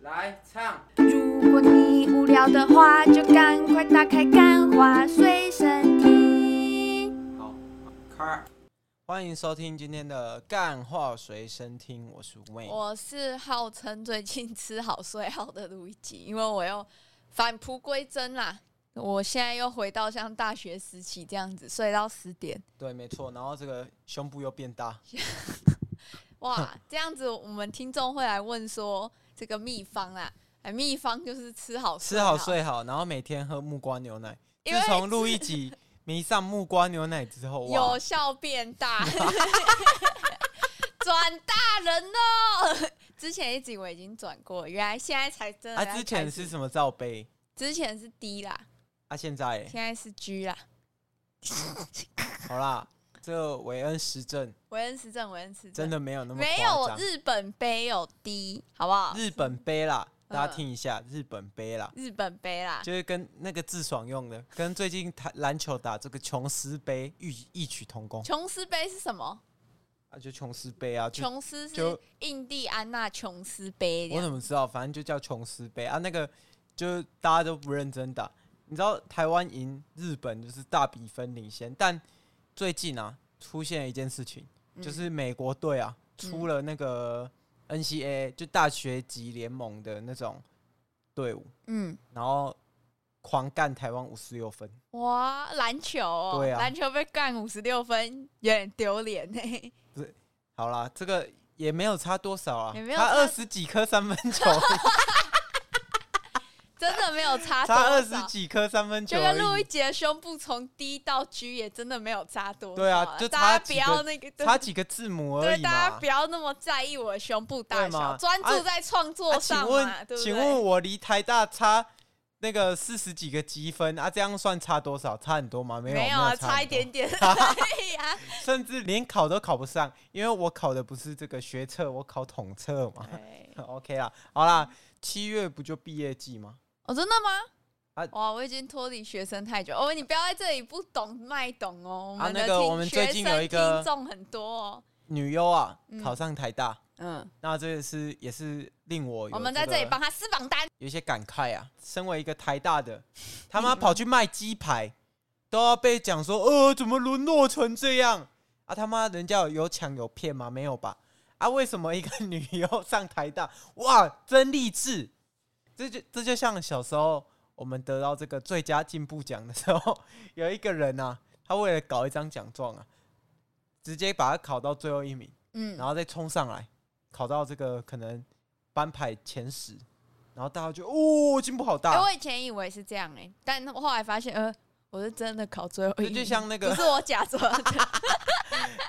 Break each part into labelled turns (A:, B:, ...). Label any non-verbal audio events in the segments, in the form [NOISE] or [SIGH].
A: 来唱，
B: 如果你无聊的话，就赶快打开《干花随身听》。
A: 好，开。
C: 欢迎收听今天的《干话随身听》，我是 w a y
D: 我是号称最近吃好睡好的卢一吉，因为我又返璞归真啦。我现在又回到像大学时期这样子，睡到十点。
C: 对，没错。然后这个胸部又变
D: [LAUGHS]
C: 大，
D: 哇，这样子我们听众会来问说这个秘方啦，哎，秘方就是吃好
C: 吃好，睡好，然后每天喝木瓜牛奶。
D: 因
C: 自
D: 为
C: 从录一集 [LAUGHS] 迷上木瓜牛奶之后，哇
D: 有，效变
C: [LAUGHS]
D: 大， [LAUGHS] 转大人哦。 [LAUGHS] 之前一集我已经转过，原来现在才真的
C: 啊，
D: 在
C: 之前
D: 开
C: 是
D: 始
C: 什么罩杯？
D: 之前是 D 啦，
C: 啊，现在
D: 现在是 G 啦。啊
C: 好啦，这个韦恩实
D: [LAUGHS]
C: 证
D: 韦恩斯正，韦恩斯正，
C: 真的没有那么
D: 没
C: 夸
D: 有
C: 张
D: 日本杯有低，好不好？
C: 日本杯啦，
D: 嗯
C: 大家听一下，日本杯啦，
D: 日本杯啦，
C: 就是跟那个自爽用的，跟最近台篮球打这个琼斯杯异异曲同工
D: 琼斯杯是什么？
C: 啊，就琼斯杯啊，就
D: 琼斯是
C: 就
D: 印第安纳琼斯杯这
C: 我
D: 样，
C: 怎么知道？反正就叫琼斯杯啊，那个就是大家都不认真打。你知道台湾赢日本就是大比分领先，但最近啊出现了一件事情，
D: 嗯
C: 就是美国队啊出了那个 NCAA 就大学级联盟的那种队伍，
D: 嗯，
C: 然后狂干台湾五十六分。
D: 哇，篮球、哦，
C: 对啊
D: 篮球被干五十六分，有点丢脸 [LAUGHS] 呢。
C: 好啦，这个也没有差多少啊
D: 也没，有
C: 差
D: 差
C: 二十几颗三分
D: [LAUGHS]
C: 球，
D: 真的没有差
C: 差
D: 多少
C: 二十，几颗三分球
D: 就
C: 而
D: 跟陆一
C: 已，
D: 杰的胸部从 D 到 G 也真的没有差多少。
C: 对啊就
D: 大
C: 差
D: 家
C: 几
D: 不
C: 个
D: 要那个，对
C: 差几个字母而
D: 对，
C: 已
D: 大
C: 嘛
D: 家不。要那么在意我的胸部大
C: 对嘛
D: 小，专
C: 啊
D: 注在创
C: 啊
D: 作
C: 请
D: 上
C: 问
D: 嘛，对不对？
C: 请问我离台大差那个四十几个积分啊，这样算差多少？差很多吗？没有，没
D: 有啊，
C: 差很
D: 差
C: 多
D: 一
C: [LAUGHS]
D: 点，点。对呀，
C: 甚至连考都考不上，因为我考的不是这个学测，我考统测嘛。OK [LAUGHS] 啦，好啦，七月不就毕业季吗？
D: 哦，真的吗？
C: 啊
D: 哇，我已经脱离学生太久。哦，你不要在这里不懂卖懂哦。我
C: 啊
D: 们的
C: 那
D: 听、
C: 个我们最近有一个
D: 学生听众很多哦。
C: 女优啊，
D: 嗯
C: 考上台大，
D: 嗯，
C: 那这个是也是令我有
D: 我们在
C: 个
D: 这里帮他撕榜单。
C: 有一些感慨啊。身为一个台大的，他妈跑去卖鸡排，都要被讲说，呃，怎么沦落成这样啊？他妈人家有有抢有骗吗？没有吧？啊，为什么一个女优上台大？哇，真励志！这就这就像小时候我们得到这个最佳进步奖的时候， [LAUGHS] 有一个人啊，他为了搞一张奖状啊，直接把他考到最后一名。
D: 嗯，
C: 然后再冲上来，考到这个可能班排前十，然后大家就哦进步好
D: 哎、
C: 大，
D: 我以前以为是这样哎、但我后来发现，呃，我是真的考最后一
C: 这
D: 名，
C: 就像那
D: 不 [LAUGHS]
C: 个，
D: 是我假装
C: [LAUGHS]
D: 的。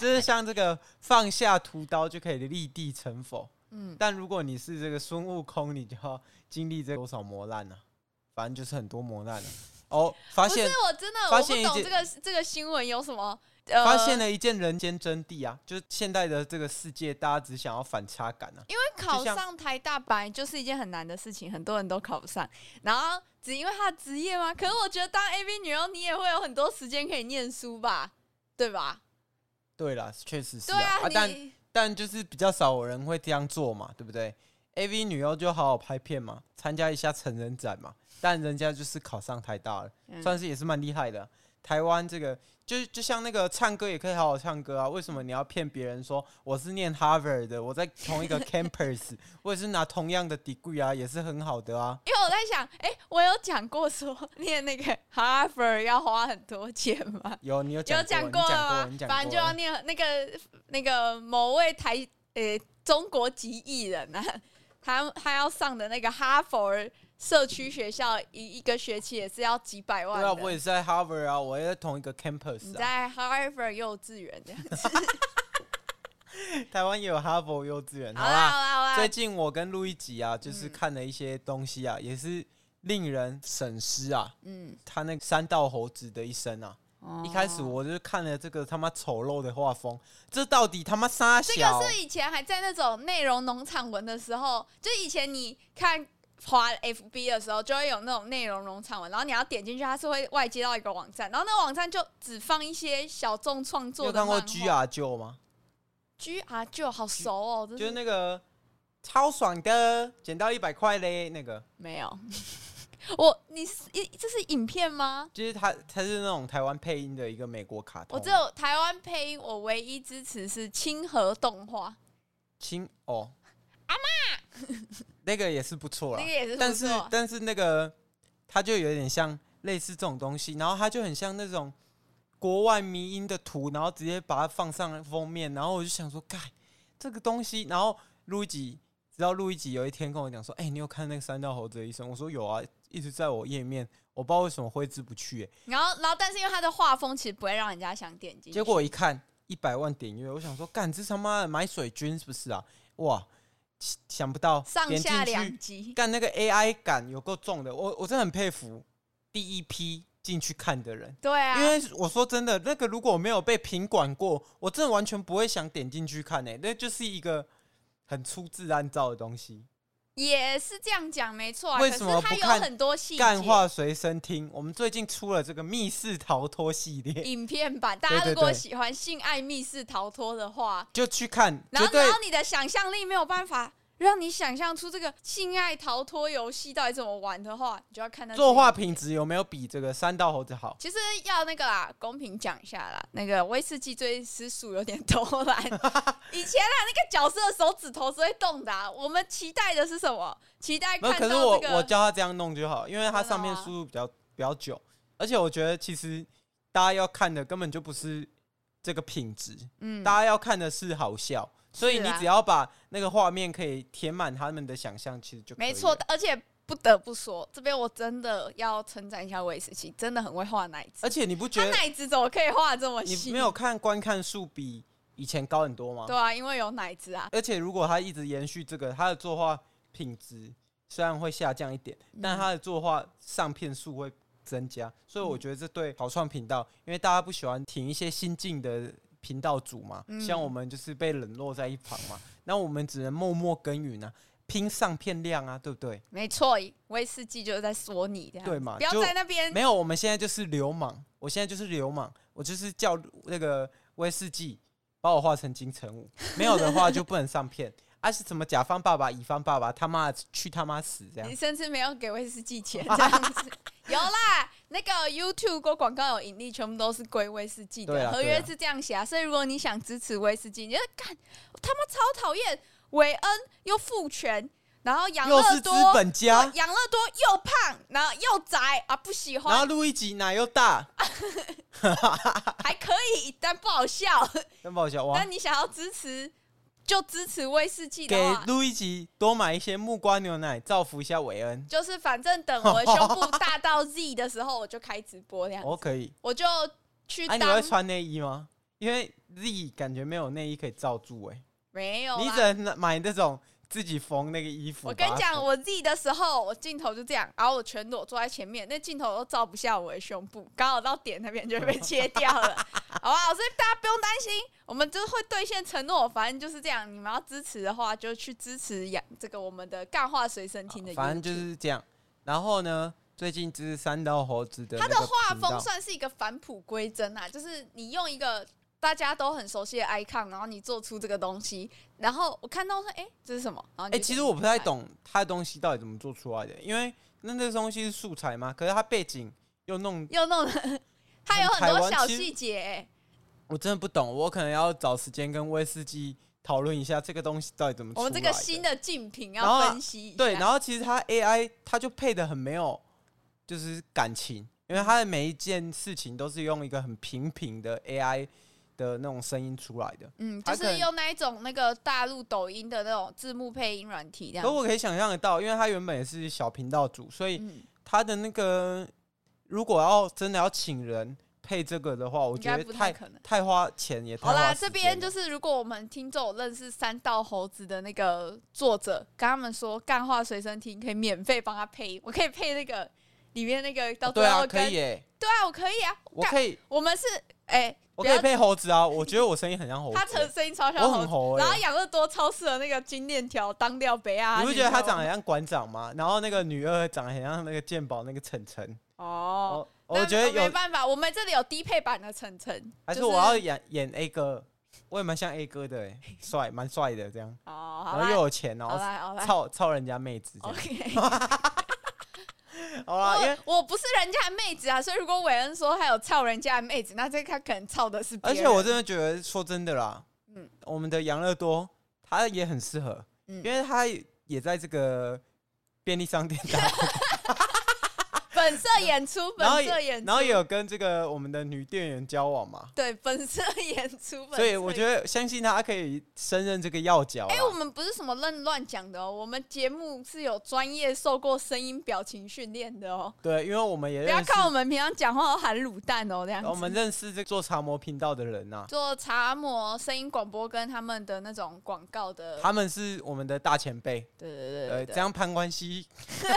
C: 就是像这个放下屠刀就可以立地成佛。
D: 嗯，
C: 但如果你是这个孙悟空，你就要经历这多少磨难呢、啊？反正就是很多磨难、啊、哦，发
D: 不是
C: 现，
D: 我真的
C: 发
D: 我不
C: 现一
D: 懂
C: 件
D: 这个这个新闻有什么。呃，
C: 发现了一件人间真谛啊！就是现代的这个世界，大家只想要反差感啊。
D: 考
C: 就像
D: 上台大白就是一件很难的事情，很多人都考不上。然后只因为他的职业吗？可是我觉得当 AV 女优，你也会有很多时间可以念书吧，对吧？
C: 对啦，确实是
D: 对啊，
C: 啊但
D: 你
C: 但就是比较少有人会这样做嘛，对不对？A V 女优就好好拍片嘛，参加一下成人展嘛，但人家就是考上台大了，
D: 嗯
C: 算是也是蛮厉害的。啊台湾这个就就像那个唱歌也可以好好唱歌啊，为什么你要骗别人说我是念 Harvard 的，我在同一
D: [LAUGHS]
C: 个 campus，我也是拿同样的 degree 啊，也是很好的啊。
D: 因为我在想，哎、我有讲过说 [LAUGHS] 念那个哈佛要花很多钱吗？
C: 有你有讲
D: 有
C: 过，
D: 讲
C: 你讲过，
D: 了
C: 你
D: 吗？
C: 讲过
D: 反正就要念那个那个某位台呃、中国籍艺人啊，他他要上的那个哈佛社区学校一一个学期也是要几百万
C: 对
D: 的。
C: 啊，我也是在 Harvard 啊，我也在同一个 campus
D: 你
C: 啊。
D: 在 Harvard 幼稚园这样
C: [LAUGHS]
D: 子。
C: 台湾也有 Harvard 幼稚园，好
D: 好啦
C: 啦
D: 好。啦好
C: 最
D: 啦，
C: 近我跟路易吉
D: 嗯
C: 啊，就是看了一些东西啊，也是令人省思啊。
D: 嗯，
C: 他那个三道猴子的一生啊，一开始
D: 哦
C: 我就看了这个他妈丑陋的画风，这到底他妈啥
D: 这
C: 小
D: 个？是以前还在那种内容农场文的时候，就以前你看。滑 FB 的时候，就会有那种内容农场文，然后你要点进去，它是会外接到一个网站，然后那个网站就只放一些小众创
C: 你有
D: 作的
C: 看
D: 漫画。
C: 过 G R 舅吗？
D: G R 就好熟哦，真
C: 就是
D: 是
C: 那个超爽的，捡到一百块嘞！那个 [LAUGHS]
D: 没有。我你是一这是影片吗？
C: 就是他，他是那种台湾配音的一个美国卡通。
D: 我只有台湾配音，我唯一支持是清河动画，
C: 亲哦，阿妈， [LAUGHS] 那个也是不错
D: 那
C: 啦
D: 个。也是不
C: 但是
D: 错。
C: 但是那个它就有点像类似这种东西，然后它就很像那种国外迷音的图，然后直接把它放上封面，然后我就想说，盖这个东西，然后录一集，直到录一集，有一天跟我讲说，哎、你有看那个三道猴子的医生？我说有啊，一直在我页面，我不知道为什么挥之不去、欸，
D: 然后然后，但是因为它的画风其实不会让人家想点进去。
C: 结果我一看一百万点阅，我想说，干这他妈的买水军是不是啊？哇，想想不到
D: 上
C: 点进
D: 下
C: 去
D: 两集，
C: 干那个 AI 感有够重的，我我真的很佩服第一批进去看的人，
D: 对啊，
C: 因为我说真的，那个如果我没有被品管过，我真的完全不会想点进去看诶、欸那就是一个很粗制滥造的东西，
D: 也是这样讲没错、啊。
C: 为什么不
D: 可是它
C: 看
D: 有很多细节
C: 干话随身听。我们最近出了这个密室逃脱系列，
D: 影片版，大
C: 对
D: 家
C: 对
D: 如果
C: 对
D: 喜欢性爱密室逃脱的话，
C: 就去看，
D: 然
C: 绝
D: 后
C: 对
D: 然后你的想象力没有办法让你想象出这个性爱逃脱游戏到底怎么玩的话，你就要看那
C: 作画
D: 些。
C: 品质有没有比这个三道猴子好？
D: 其实要那个啦，公平讲一下啦，那个威士忌最私塾有点偷
C: [LAUGHS]
D: 懒。以前啊，那个角色的手指头是会动的、啊，我们期待的是什么？期 [LAUGHS] 待
C: 没有，
D: 看
C: 可是
D: 到
C: 我
D: 这
C: 我
D: 个
C: 教他这样弄就好，因为他
D: [LAUGHS] 真的啊
C: 上面
D: 吗
C: 输入比较比较久，而且我觉得其实大家要看的根本就不是这个品质，
D: 嗯
C: 大家要看的是好笑，所以
D: 是
C: 你
D: 啊
C: 只要把那个画面可以填满他们的想象，其实就可以
D: 没错
C: 了。，
D: 而且不得不说，这边我真的要称赞一下威士忌，真的很会画奶子。
C: 而且你不觉
D: 他
C: 得
D: 奶子怎么可以画这么细？
C: 你没有看观看数比以前高很多吗？
D: 对啊，因为有奶子啊。
C: 而且如果他一直延续这个，他的作画品质虽然会下降一点，但他的作画上片数会增加，所以我觉得这对好创频道，因为大家不喜欢挺一些新进的频道主嘛，
D: 嗯
C: 像我们就是被冷落在一旁嘛，那我们只能默默耕耘啊，拼上片量啊，对不对？
D: 没错，威士忌就是在说你这样子，
C: 对嘛
D: 不要
C: 就
D: 在那边
C: 没有，我们现在就是流氓，我现在就是流氓，我就是叫那个威士忌把我画成金城武，没有的话就不能上片。 [LAUGHS] 啊是什么甲方爸爸、乙方爸爸，他妈的去他妈死这样
D: 你！甚至没有给威士
C: [LAUGHS]
D: 忌钱这样子。有啦，那个 YouTube 过广告有盈利，全部都是归威士忌
C: 对
D: 的，
C: 啊
D: 合
C: 对啊
D: 约是这样写啊。所以如果你想支持威士忌，你就看他妈超讨厌韦恩又父权，然后养
C: 又
D: 乐
C: 是资
D: 多
C: 本家
D: 对，养乐多又胖，然后又宅啊，不喜
C: 然后
D: 欢，
C: 录一集奶又大，
D: 还可以，但不好笑。
C: 真不好笑 [LAUGHS] 哇
D: 但！你想要支持，就支持威士忌的
C: 给
D: 话，
C: [LAUGHS] 录一集多买一些木瓜牛奶，造福一下韦
D: [LAUGHS]
C: 恩。
D: 就是反正等我的胸部大到 Z 的时候，我就开直播这样，
C: 哦，可以。
D: 我就去
C: 哎、
D: 当、
C: 你会穿内衣吗？因为 Z 感觉没有内衣可以罩住哎、
D: 没有
C: 你
D: 啦
C: 只。能买那种自己缝那个衣服。
D: 我跟你
C: 把它
D: 讲，
C: 缝
D: 我 Z 的时候，我镜头就这样，然后我全裸坐在前面，那镜头都照不下我的胸部，刚好到点那边就被切
C: [LAUGHS]
D: 掉了，好不好？所以大家不用担心，我们就是会兑现承诺，反正就是这样。你们要支持的话，就去支持养这个我们的干话随身听的。
C: 啊反正就是这样。然后呢，最近就是三道猴子的
D: 他的
C: 那个
D: 画
C: 频道
D: 风算是一个返璞归真啊，就是你用一个大家都很熟悉的 icon，然后你做出这个东西，然后我看到说，哎、这是什么？然后
C: 哎、
D: 你就
C: 其
D: 点
C: 实我不
D: 进去
C: 太
D: 看，
C: 懂他的东西到底怎么做出来的，因为那那东西是素材嘛，可是他背景又弄，
D: 又
C: [LAUGHS]
D: 弄了，他有很
C: 台
D: 多
C: 湾
D: 小
C: 其实
D: 细节、欸
C: 我真的不懂，我可能要找时间跟威士忌讨论一下这个东西到底怎么出
D: 我
C: 来
D: 们这个新
C: 的
D: 的竞品
C: 然后
D: 要
C: 啊
D: 分析一下。
C: 对，然后其实他 AI 他就配的很没有就是感情，因为他的每一件事情都是用一个很平平的 AI 的那种声音出来的。
D: 嗯，
C: 他
D: 就
C: 可
D: 是
C: 能
D: 用那一种那个大陆抖音的那种字幕配音软体这
C: 可
D: 样。
C: 我可以想象得到，因为他原本也是小频道主，所以
D: 嗯，
C: 他的那个如果要真的要请人配这个的话，我
D: 应
C: 觉
D: 该
C: 得
D: 不太
C: 太
D: 可能。
C: 太花钱也太
D: 好
C: 花
D: 啦，
C: 时
D: 这
C: 间
D: 边
C: 了
D: 就是如果我们听众有认识三道猴子的那个作者，跟他们说干话随身听可以免费帮他配，我可以配那个里面那个到
C: 哦对
D: 最后
C: 啊，
D: 跟、
C: 可以耶，
D: 对啊，我可以啊，
C: 我
D: 干
C: 可以，
D: 我们是哎、
C: 我
D: 不
C: 可以
D: 要
C: 配猴子啊，我觉得我声音很像猴子
D: 他成
C: 耶，
D: 声音超像
C: 我
D: 猴
C: 很
D: 子，
C: 猴
D: 然后
C: 哎。
D: 养乐多超适合那个金链条当掉北啊，
C: 你不
D: 女
C: 觉得他
D: 朋友
C: 长得很像馆长吗？然后那个女二长得很像那个鉴宝那个晨晨。
D: 哦？
C: 哦，我
D: 那
C: 觉得
D: 没
C: 有，
D: 办法，我们这里有低配版的晨晨，
C: 还是
D: 就
C: 我要演演 A 哥，我也蛮像 A 哥的、
D: [LAUGHS]
C: 欸，帅，蛮帅的这样，
D: 哦，
C: 然
D: 好
C: 后
D: 啦
C: 又，有钱，然
D: 好
C: 后
D: 啦，好 [LAUGHS] 啦
C: 操操人家妹子这样。
D: ，OK。
C: 好
D: [LAUGHS]
C: 啦， [LAUGHS] 因为
D: 我我不是人家的妹子啊，所以如果韦恩说他有操人家的妹子，那这他可能操的是别
C: 而
D: 人。
C: 且我真的觉得，说真的啦，
D: 嗯
C: 我们的养乐多他也很适合，
D: 嗯
C: 因为他也在这个便利商店
D: [LAUGHS]
C: 打工，
D: 本色演出，本
C: 然后
D: 色演出，
C: 然后也有跟这个我们的女店员交往嘛，
D: 对本色演出，
C: 所以我觉
D: 得。
C: 得相信他可以胜任这个要角啦。
D: 哎、我们不是什么乱乱讲的哦，我们节目是有专业受过声音表情训练的哦，
C: 对，因为我们也
D: 不要
C: 认识，呃
D: 看我们平常讲话都含卤蛋哦，这样子。
C: 我们认识这个做茶模频道的人啊呐、
D: 做茶模声音广播跟他们的那种广告的，
C: 他们是我们的大前辈，
D: 对对对
C: 呃，
D: 对
C: 这
D: 对
C: 样攀关系 [LAUGHS]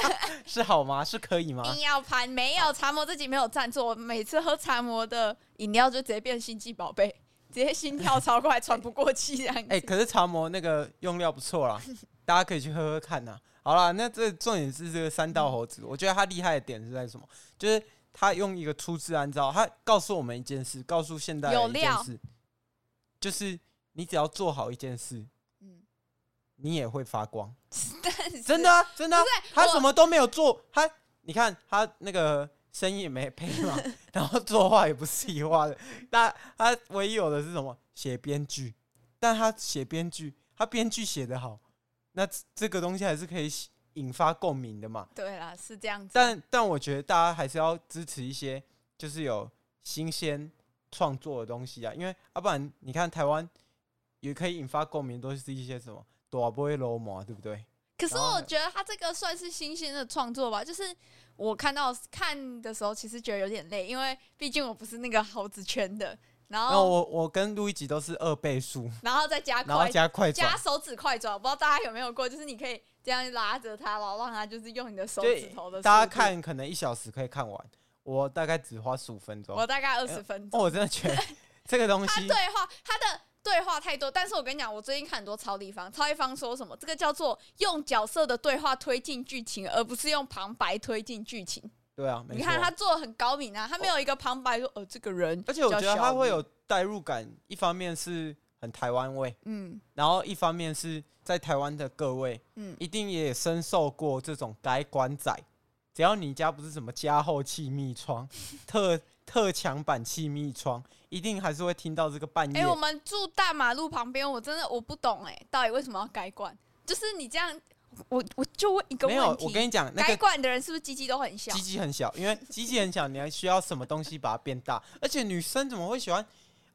C: 是好吗？是可以吗？
D: 硬要盘没
C: 啊
D: 有茶魔自己没有赞助，我每次喝茶魔的饮料就直接变星际宝贝，直接心跳超快，喘不过气这样子。
C: 哎、可是茶魔那个用料不错
D: [LAUGHS]
C: 啦，大家可以去喝喝看呐。好啦，那这重点是这个三道猴子，
D: 嗯
C: 我觉得他厉害的点是在什么？就是他用一个粗制按照，他告诉我们一件事，告诉现代
D: 有
C: 人一件
D: 料
C: 事，就是你只要做好一件事，
D: 嗯，
C: 你也会发光。
D: 但
C: [LAUGHS]
D: 是
C: 真的、啊，真的啊、他
D: 我
C: 什么都没有做，他你看他那个声音也没配嘛，然后作画也不是一画的，那他唯一有的是什么？写编剧，但他写编剧，他编剧写得好，那这这个东西还是可以吸引发共鸣的嘛。
D: 对啦，是这样子。
C: 但但我觉得大家还是要支持一些就是有新鲜创作的东西啊，因为要、不然你看台湾也可以引发共鸣，都是一些什么大杯罗马，对不对？
D: 可是
C: 然后
D: 我
C: 呢
D: 觉得他这个算是新鲜的创作
C: 啊
D: 吧，就是我看到看的时候，其实觉得有点累，因为毕竟我不是那个猴子圈的，然
C: 那
D: 后
C: 我我跟路易吉都是二倍速，
D: 然后再加
C: 然后
D: 快
C: 加快转
D: 加，手指快转，我不知道大家有没有过，就是你可以这样拉着它，然后让它就是用你的手指头的
C: 就。大家
D: 速度，
C: 看可能一小时可以看完，我大概只花十五分钟。
D: 我
C: 哦，
D: 大概二十分钟。
C: 我真的觉得 [LAUGHS] 这个东
D: 他
C: 西，
D: 对话，他的对话太多，但是我跟你讲，我最近看很多超立方，超立方说什么？这个叫做用角色的对话推进剧情，而不是用旁白推进剧情。
C: 对啊，没
D: 你
C: 错。
D: 看他做的很高明啊，他没有一个旁白说，呃，这个人，
C: 而且我觉得他
D: 他
C: 会有，代入感，一方面是很台湾味，
D: 嗯
C: 然后一方面是在台湾的各位
D: 嗯，
C: 一定也深受过这种该官仔，只要你家不是什么加厚气密窗、特特强版气密窗，一定还是会听到这个半
D: 哎、
C: 夜
D: 我们住大马路旁边，我真的我不懂哎、到底为什么要改管？就是你这样，我我就问一个
C: 没有
D: 问，题，
C: 我跟你讲，那
D: 改
C: 个
D: 管的人是不是鸡鸡都很小
C: 鸡？鸡很小，因为鸡鸡很小，你还需要什么东西把它变大？而且女生怎么会喜欢？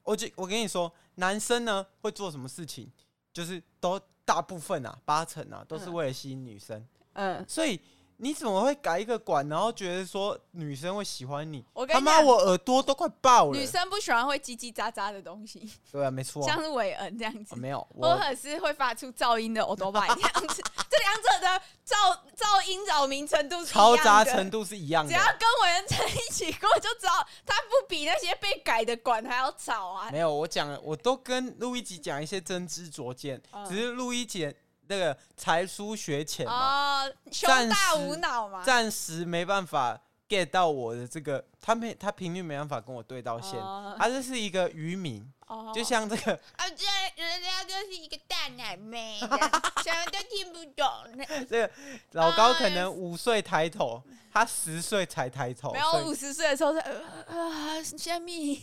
C: 我就我跟你说，男生呢会做什么事情，就是都大部分啊，八成啊，都是
D: 嗯
C: 为了吸引女生。
D: 嗯，
C: 所以你怎么会改一个管，然后觉得说女生会喜欢你？
D: 我跟
C: 他
D: 你
C: 妈，
D: 讲，
C: 我耳朵都快爆了
D: 女。生不喜欢会叽叽喳喳的东西，
C: 对啊，没错啊、
D: 像是韦恩这样子
C: 啊。没有
D: 或
C: 我
D: 者是会发出噪音的 o d o
C: [LAUGHS]
D: b i 这样子，这两者的噪噪音扰民程度是一
C: 嘈
D: 样
C: 杂
D: 的
C: 程度是一样
D: 只
C: 的
D: 要。跟韦恩在一起过，就知道他不比那些被改的管还要吵啊。
C: 没有，我讲了，我都跟路易吉讲一些真知灼见，
D: 嗯
C: 只是路易姐那个才疏学浅嘛。
D: 哦，胸大无脑嘛。
C: 暂时没办法 get 到我的这个，他没他频率没办法跟我对到线，
D: 哦
C: 他这是一个渔民，
D: 哦
C: 就像这个
D: 啊，这人家就是一个大奶妹，这样什么都听不
C: [LAUGHS]
D: 懂。
C: 这个老高可
D: 哎
C: 能五岁抬头，他十岁才抬头，
D: 没有，我
C: 哦所
D: 五
C: 以
D: 十岁的时候是呃啊，
C: [LAUGHS]
D: 虾米，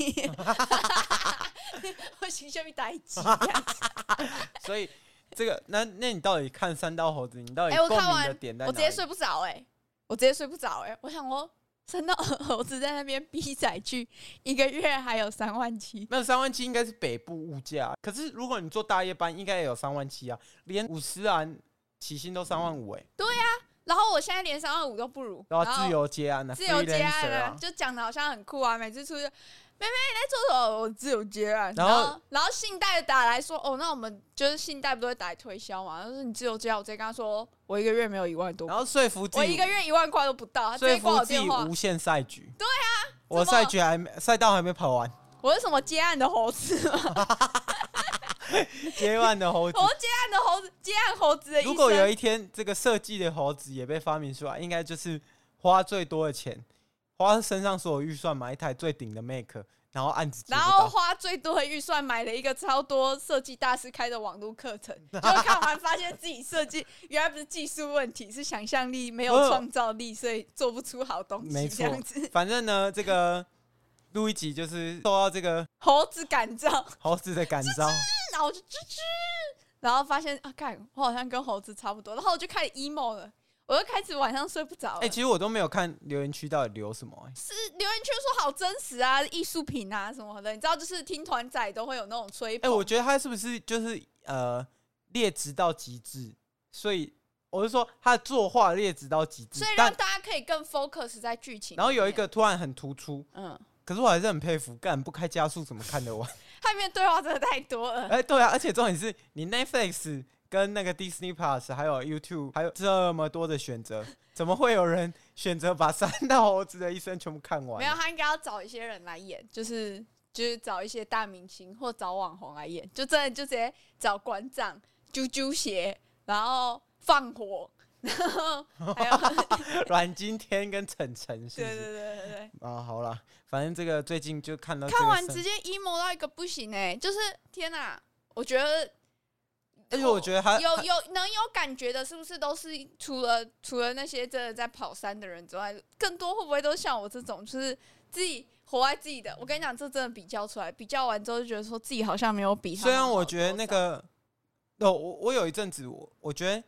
D: [LAUGHS] 我请虾米打一击。这样子
C: 所以这个那那你到底看三刀猴子，你到底
D: 哎我
C: 共
D: 看
C: 鸣
D: 完
C: 的点在哪
D: 我
C: 里？
D: 直接睡不着哎，我直接睡不着哎，我想我生到猴子在那边逼仔剧，一个月还有三万七。
C: 没有三万七应该是北部物价啊、可是如果你做大夜班，应该也有三万七啊，连五十啊起薪都三万五哎、
D: [LAUGHS] 然后我现在连三万五都不如，
C: 然后自由接案啊，
D: 自由接案
C: freelancer
D: 啊，就讲的好像很酷啊，每次出去。妹妹你在做什么？我自由接案。
C: 然
D: 然
C: 后
D: 后，然后信贷打来说，哦，那我们就是信贷不都会打来推销嘛？就是你自由接案，我直接跟他说，我一个月没有一万多
C: 然，后说服自己
D: 我一个月啊一万块都不到，他直
C: 说
D: 接挂
C: 服
D: 我
C: 自己
D: 电话。
C: 无限赛局。对啊，
D: 怎么
C: 我赛局还没赛道还没跑完，
D: 我是什么接案的
C: [LAUGHS]
D: 猴子吗？
C: 接完的猴子
D: [LAUGHS] 我。是接案的猴子，接案猴子的一啊
C: 如果有
D: 生。
C: 一天这个设计的猴子也被发明出来，应该就是花最多的钱，花身上所有预算买一台最顶的 Mac，然后案子接不
D: 然后
C: 到，
D: 花最多的预算买了一个超多设计大师开的网络课
C: [LAUGHS]
D: 程，就看完发现自己设计原来不是技术问题，是想象力没有
C: 呃
D: 创造力，所以做不出好东
C: 没
D: 西。
C: 错
D: 这样子，
C: 反正呢，这个录一集就是受到这个
D: 猴子感召，
C: 猴子的
D: [LAUGHS]
C: 感召，
D: 然后我就吱吱，然后发现啊，看我好像跟猴子差不多，然后我就开始 emo 了，我又开始晚上睡不着了。
C: 哎、其实我都没有看留言区到底留什么、哎
D: 是留言区说好真实啊，艺术品啊什么的，你知道，就是听团仔都会有那种吹
C: 哎、
D: 捧。
C: 我觉得他是不是就是呃劣质到极致？所以我是说他的作画劣质到极致
D: 所以，让
C: 但
D: 大家可以更 focus 在剧情里面。
C: 然后有一个突然很突出，
D: 嗯，
C: 可是我还是很佩服，干不开加速怎么看得完？ [LAUGHS]
D: 他里面对话真的太多了。
C: 哎、对啊，而且重点是你 Netflix 跟那个 Disney Plus 还有 YouTube 还有这么多的选择，怎么会有人选择把三道猴子的一生全部看完？
D: 没有，他应该要找一些人来演，就是就是找一些大明星或找网红来演，就真的就直接找馆长、啾啾鞋，然后放火，然后还有
C: [LAUGHS] 阮经天跟晨晨是
D: 对
C: 不
D: 对
C: 是？
D: 对对对，
C: 啊，好啦，反正这个最近就看到这
D: 看
C: 个
D: 完
C: 生
D: 直接 emo 到一个不行哎、就是天哪、我觉得
C: 而且哎我觉得他
D: 有有能有感觉的，是不是都是除了除了那些真的在跑山的人之外，更多会不会都像我这种，就是自己活在自己的？我跟你讲，这真的比较出来，比较完之后就觉得说自己好像没有比他
C: 虽
D: 们好多少。哦
C: 然我觉得那个，哦，我我有一阵子我我觉得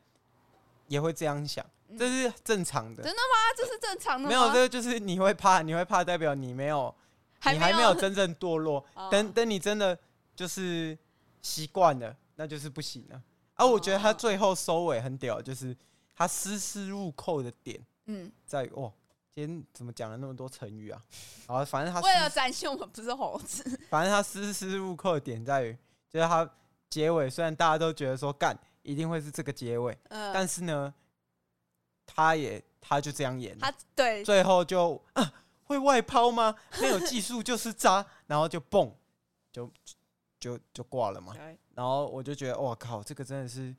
C: 也会这样想，
D: 嗯
C: 这是正常的
D: 真。啊，这是正常的吗？
C: 没有，这个就是你会怕，你会怕，代表你没有，
D: 还
C: 你
D: 没
C: 还没有真正堕落。
D: [LAUGHS] 哦
C: 等等，你真的就是习惯了，那就是不行了。啊，我觉得他
D: 哦
C: 最后收尾很屌，就是他丝丝入扣的点
D: 嗯，
C: 在于，哦，今天怎么讲了那么多成语啊？然后反正他
D: 为
C: 丝
D: 了展现我们不是猴子， [LAUGHS]
C: 反正他丝丝入扣的点在于，就是他结尾虽然大家都觉得说干一定会是这个结尾，
D: 嗯，
C: 但是呢，他也他就这样演了，
D: 他对
C: 最后就啊会外抛吗？没有技术就是渣，然后就蹦，就就就挂了嘛。
D: 对
C: 然后我就觉得哇靠，这个真的是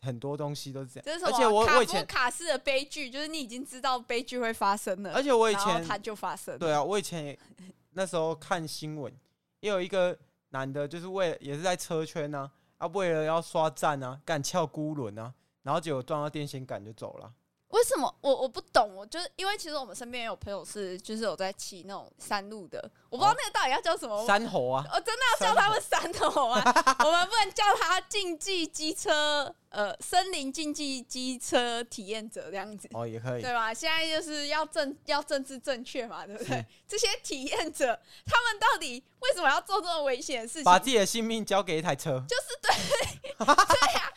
C: 很多东西都是这
D: 这是
C: 样，
D: 什
C: 而
D: 么？
C: 且我
D: 卡
C: 我以
D: 夫
C: 前，
D: 卡式的悲剧，就是你已经知道悲剧会发生了，
C: 而且我以
D: 然后它
C: 前
D: 就发生了。
C: 对啊，我以前也那时候看新闻，也有一个男的，就是为了也是在车圈啊，啊为了要刷站啊，干翘孤轮啊，然后结果撞到电线杆就走了。
D: 为什么我我不懂？我就是因为其实我们身边也有朋友是就是有在骑那种山路的，我不知道那个到底要叫什么。我
C: 哦
D: 哦
C: 山猴啊，
D: 真的要叫他们山头啊！ [LAUGHS] 我们不能叫他竞技机车，呃，森林竞技机车体验者这样子，
C: 哦也可以，
D: 对吧？现在就是要政要政治正确嘛，对不对
C: 是？
D: 这些体验者他们到底为什么要做这么危险的事情？
C: 把自己的性命交给一台车，
D: 反正还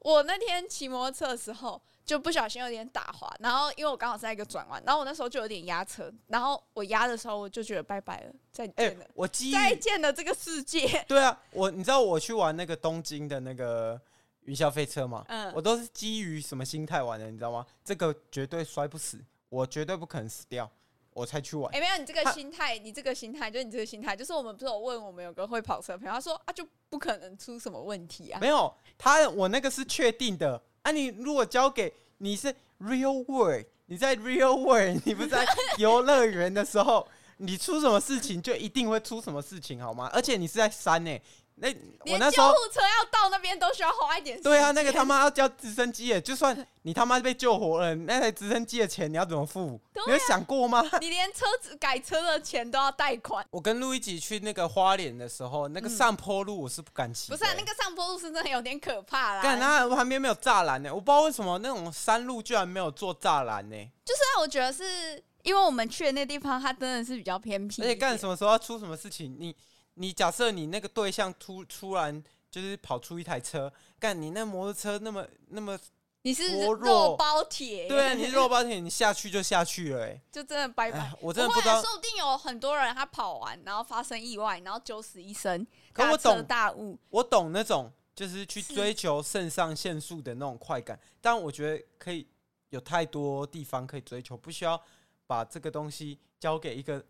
D: 我那天骑摩托车的时候就不小心有点打滑，然后因为我刚好是在一个转弯，然后我那时候就有点压车，然后我压的时候我就觉得拜拜了，再
C: 哎、
D: 见了，
C: 我记忆
D: 再见了这个世界。
C: 对啊，我你知道我去玩那个东京的那个云霄飞车嘛，
D: 嗯
C: 我都是基于什么心态玩的，你知道吗？这个绝对摔不死，我绝对不可能死掉，我才去玩。
D: 哎、没有，你这个
C: 他
D: 心态，你这个心态，就是你这个心态，就是我们不是有问我们有个会跑车的朋友，他说啊，就不可能出什么问题啊。
C: 没有，他我那个是确定的啊。你如果交给你是 real world，你在 real world，你不 [LAUGHS] 是在游乐园的时候，你出什么事情就一定会出什么事情，好吗？而且你是在山呢、那我
D: 连
C: 那时
D: 救
C: 候
D: 护车要到那边都需要花一点时
C: [LAUGHS]
D: 间。
C: 对啊，那个他妈要叫直升机耶！欸就算你他妈被救活了，那台直升机的钱你要怎么付？
D: 对啊
C: 你有想过吗？
D: 你连车子改车的钱都要贷款，
C: 我跟路一起去那个花莲的时候，那个上坡路我是不敢骑
D: 嗯不
C: 的、欸
D: 是、啊、那个上坡路是真的有点可怕啦。
C: 干，那旁边没有栅栏呢、我不知道为什么那种山路居然没有做栅栏呢、
D: 就是啊，我觉得是因为我们去的那地方，它真的是比较偏僻一
C: 而
D: 点，
C: 且干什么时候要出什么事情，你你假设你那个对象突突然就是跑出一台车，干你那摩托车那么那么
D: 你是
C: 薄弱
D: 肉包铁，
C: 对啊，你肉包铁你下去就下去了、欸，
D: 就真的拜拜
C: 哎。，我真的
D: 不
C: 不
D: 会
C: 知
D: 啊
C: 道。
D: 说不定有很多人他跑完，然后发生意外，然后九死一生，
C: 可
D: 大
C: 我
D: 彻
C: 懂
D: 大悟。
C: 我懂那种就是去
D: 是
C: 追求肾上腺素的那种快感，但我觉得可以有太多地方可以追求，不需要把这个东西交给一个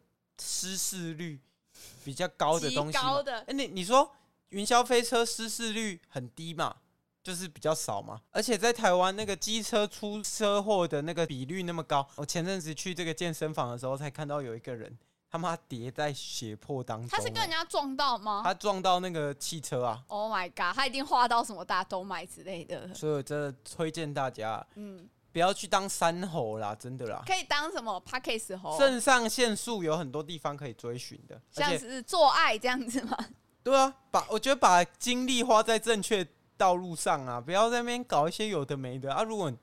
C: 失事率比较高的
D: 极
C: 东西嘛。
D: 高的
C: 哎、你你说云霄飞车失事率很低嘛？就是比较少嘛，而且在台湾那个机车出车祸的那个比率那么高，我前阵子去这个健身房的时候才看到有一个人，他妈跌在血泊当中、
D: 他是跟人家撞到吗
C: 欸他撞到那个汽车啊，
D: ？Oh my god，他一定画到什么大动脉之类的。
C: 所以我真的推荐大家
D: 嗯，
C: 不要去当山猴啦，真的啦。
D: 可以当什么 p a c k a g e 猴，
C: 肾上腺素有很多地方可以追寻的，
D: 像
C: 而且
D: 是做爱这样
C: [LAUGHS]
D: 子吗？
C: 对啊，把我觉得把精力花在正确道路上啊，不要在那边搞一些有的没的啊。如果你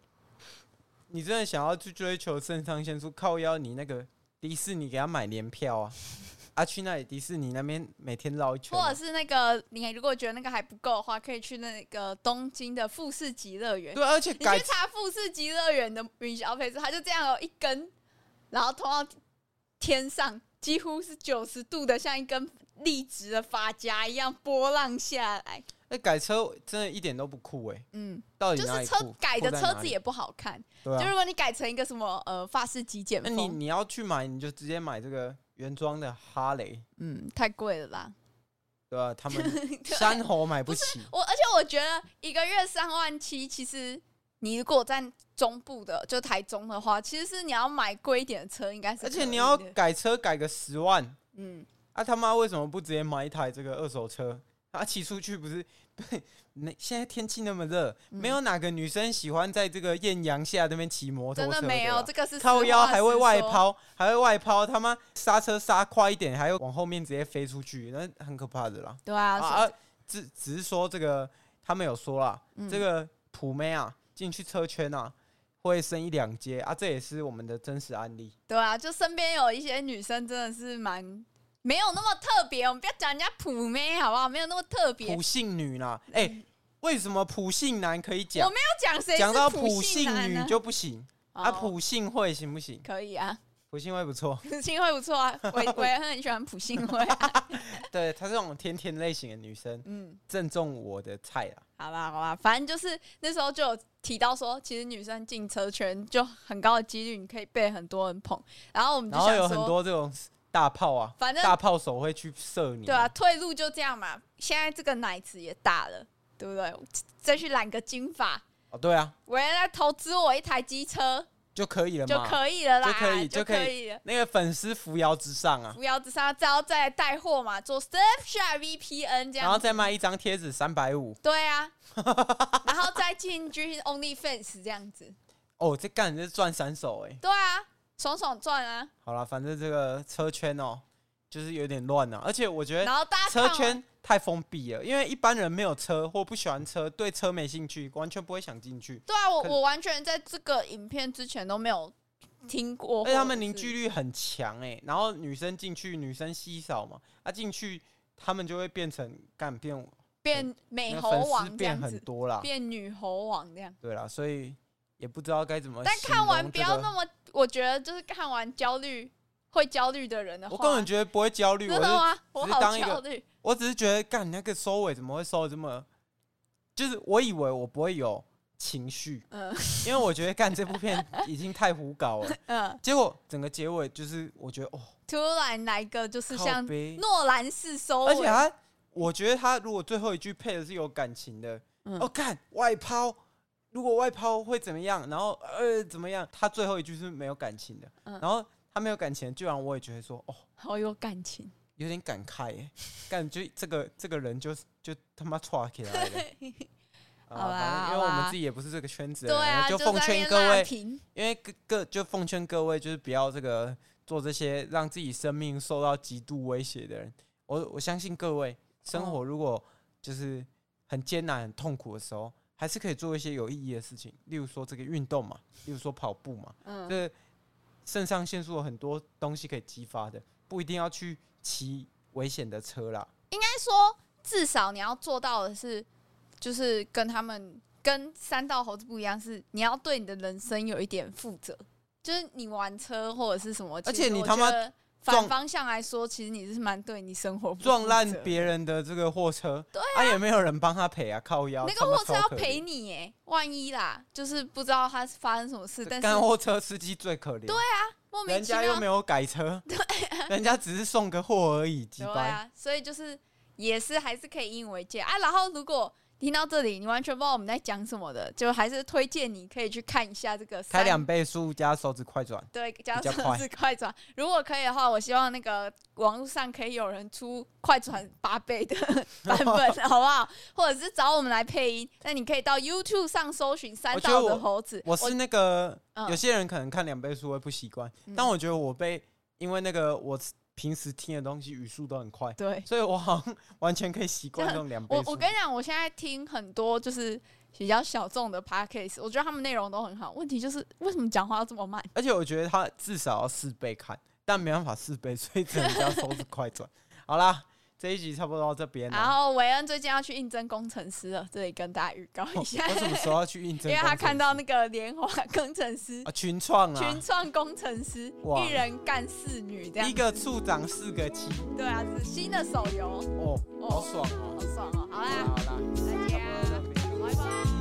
C: 你真的想要去追求肾上腺素，靠腰你那个迪士尼给他买联票啊， [LAUGHS] 啊去那里迪士尼那边每天绕一圈啊、
D: 或者是那个，你如果觉得那个还不够的话，可以去那个东京的富士急乐园。
C: 对，而且
D: 你
C: 改
D: 去查富士急乐园的云霄飞车，它就这样有哦一根，然后通到天上，几乎是九十度的，像一根立直的发夹一样波浪下来。
C: 那哎改车真的一点都不酷哎、
D: 嗯，
C: 到底
D: 就
C: 哪
D: 是
C: 里
D: 车
C: 酷
D: 改的
C: 酷在
D: 车
C: 哪
D: 子
C: 里
D: 也不好看。
C: 对
D: 就
C: 啊。
D: 如果你改成一个什么呃法式极简
C: 那你
D: 风，
C: 你要去买，你就直接买这个原装的哈雷，
D: 嗯，太贵了啦。 [LAUGHS]
C: 对吧、他们山猴买
D: 不
C: 起，
D: [LAUGHS] 我而且我觉得一个月三万七，其实你如果在中部的，就台中的话，其实是你要买贵一点的车，应该是
C: 而
D: 可
C: 且
D: 以
C: 你要
D: 的
C: 改车改个十万，
D: 嗯，
C: 啊他妈为什么不直接买一台这个二手车？啊，骑出去不是？那现在天气那么热，
D: 嗯
C: 没有哪个女生喜欢在这个艳阳下那边骑摩托
D: 真
C: 车
D: 的
C: 的
D: 没有
C: 啦
D: 这个是实
C: 靠腰
D: 话
C: 还会
D: 实
C: 外
D: 说，
C: 抛，还会外抛，他妈刹车刹快一点，还会往后面直接飞出去，那很可怕的啦。
D: 对啊，
C: 啊，
D: 所以
C: 啊只只是说这个他们有说啦，
D: 嗯
C: 这个普妹啊进去车圈啊会升一两阶啊，这也是我们的真实案例。
D: 对啊，就身边有一些女生真的是蛮没有那么特别，我们不要讲人家普妹好不好？没有那么特别，嗯
C: 普信女啦，哎、为什么普信男可以
D: 我
C: 讲
D: 没，有讲谁
C: 讲
D: 是
C: 到
D: 普
C: 信
D: 男
C: 女
D: 呢
C: 就不行
D: 哦
C: 啊？普信会行不行？
D: 可以啊，
C: 普信会不
D: [LAUGHS]
C: 错，
D: 普信会不错啊，我
C: [LAUGHS]
D: 我也很喜欢普信会啊，
C: 对她这种甜甜类型的女生，
D: 嗯。
C: 正中我的菜啦。
D: [LAUGHS] 好吧，好吧，反正就是那时候就有提到说，其实女生进车圈就很高的几率，你可以被很多人捧。然后我们就
C: 然后有
D: 想
C: 很
D: 说，
C: 多这种大炮啊，
D: 反正
C: 大炮手会去射你，
D: 对啊，，退路就这样嘛。现在这个奶子也大了，对不对？再去染个金发，
C: 哦对啊，
D: 我要来投资我一台机车
C: 就可以了
D: 就
C: 嘛，
D: 可以了啦，
C: 就可以
D: 就
C: 就可以
D: 了。
C: 那个粉丝扶摇直上啊，
D: 扶摇直上，之后再来带货嘛，做 Surfshark VPN 这
C: 然后
D: 样子。
C: 再卖一张贴纸三百五。
D: 对啊， [LAUGHS] 然后再进军 OnlyFans 这样子。
C: 哦，这干这赚三手哎、
D: 对啊，爽爽赚啊。
C: 好了，反正这个车圈哦，就是有点乱了、啊而且我觉得
D: 然后 [LAUGHS] 大家看
C: 哎车
D: 完
C: 圈太封闭了，因为一般人没有车或不喜欢车，对车没兴趣，完全不会想进去。
D: 对啊，我
C: 可
D: 我完全在这个影片之前都没有听过，
C: 而且他们
D: 或者是
C: 凝聚力很强哎、然后女生进去，女生稀少嘛，啊进去他们就会变成干变
D: 变美
C: 那
D: 猴
C: 粉丝
D: 王这
C: 变
D: 样
C: 很
D: 子，
C: 多啦，
D: 变女猴王这样。
C: 对啦，所以也不知道该怎么、
D: 但看完不要那。么，我觉得就是看完焦虑会焦虑的人的话，
C: 我根本觉得不会焦虑，
D: 真
C: 我是
D: 的吗？我
C: 是
D: 好
C: 当一个
D: 焦虑，
C: 我只是觉得，干你那个收尾怎么会收的这么？就是我以为我不会有情绪，
D: 嗯
C: 因为我觉得干这部片已经太胡搞了。
D: 嗯，
C: 结果整个结尾就是，我觉得哦，
D: 突然来个就是
C: 靠
D: 像
C: 悲，
D: 诺兰式收
C: 而且
D: 尾，
C: 他，我觉得他如果最后一句配的是有感情的，
D: 嗯
C: 哦，干外抛，如果外抛会怎么样？然后呃怎么样？他最后一句是没有感情的，
D: 嗯
C: 然后他没有感情，居然我也觉得说，哦，
D: 好有感情。 [LAUGHS]
C: 有点感慨耶，感觉这个这个人就就他妈歘起来
D: [LAUGHS]
C: 了。
D: 啊好啦
C: 反正因为我
D: 好
C: 们
D: 啦
C: 自己也不是这个圈子
D: 对
C: 的人啊，
D: 啊，在
C: 奉
D: 那
C: 劝
D: 边
C: 各
D: 辣
C: 位，
D: 评，
C: 因为各各就奉劝各位，就是不要这个做这些让自己生命受到极度威胁的人。我我相信各位，生
D: 哦
C: 活如果就是很艰难、很痛苦的时候，还是可以做一些有意义的事情，例如说这个运动嘛，例如说跑步嘛，
D: 嗯，
C: 这肾上腺素有很多东西可以激发的，不一定要去骑危险的车啦。
D: 应该说，至少你要做到的是，就是跟他们跟三道猴子不一样，是你要对你的人生有一点负责。就是你玩车或者是什么，
C: 而
D: 其
C: 且
D: 实
C: 你
D: 我
C: 他妈
D: 觉得
C: 撞
D: 反方向来说，其实你是蛮对你生活不
C: 撞烂
D: 负责
C: 别人的这个货车，
D: 对
C: 啊，也没有人帮他赔啊，靠腰。
D: 那
C: 他
D: 个
C: 妈
D: 货车
C: 超
D: 要
C: 可怜
D: 赔你耶，万一啦，就是不知道他是发生什么事，但
C: 干
D: 是
C: 货车司机最可怜，对，
D: 莫名
C: 人
D: 其
C: 家又
D: 妙啊
C: 没，有改
D: [LAUGHS]
C: 车，人家只是送个货而已，鸡
D: 对
C: 掰。
D: 啊，所以就是也是还是可以引以为戒啊。然后如果听到这里，你完全不知道我们在讲什么的，就还是推荐你可以去看一下这个
C: 开
D: 三
C: 两倍速加手指快转，
D: 对，加
C: 比较
D: 上
C: 快
D: 是快转。如果可以的话，我希望那个网络上可以有人出快转八倍
C: [LAUGHS]
D: 的版本，好不好？或者是找我们来配音。那你可以到 YouTube 上搜寻三
C: 我觉得
D: 道的
C: 我
D: 猴子。
C: 我是那个
D: 嗯
C: 有些人可能看两倍速会不习惯，
D: 嗯
C: 但我觉得我被因为那个我平时听的东西语速都很快，
D: 对
C: 所以我好像完全可以习惯
D: 这
C: 这种两倍
D: 我
C: 速。
D: 我跟你讲，我现在听很多就是比较小众的 podcast，我觉得他们内容都很好。问题就是为什么讲话要这么慢？
C: 而且我觉得它至少要四倍看，但没办法四倍，所以只能加手指快
D: [LAUGHS]
C: 转。好啦，这一集差不多到这边
D: 然
C: [LAUGHS] 了。
D: 后韦恩最近要去应征工程师了，这里跟大家预告一下
C: 我，哦
D: [LAUGHS]
C: 什么时候要去应
D: 因
C: 征工程师？
D: 为他看到那个莲花 [LAUGHS] 工程师
C: 啊群创啊
D: 群，创工程师，
C: 哇
D: 一人干四女这样
C: 一。个处长四个七，
D: 对啊，是新的手游，
C: 哦，
D: 哦
C: 好爽哦！
D: 好爽哦！好啦，
C: 好啦，
D: 大
C: 差不多
D: 家
C: 到这边。
D: 拜拜。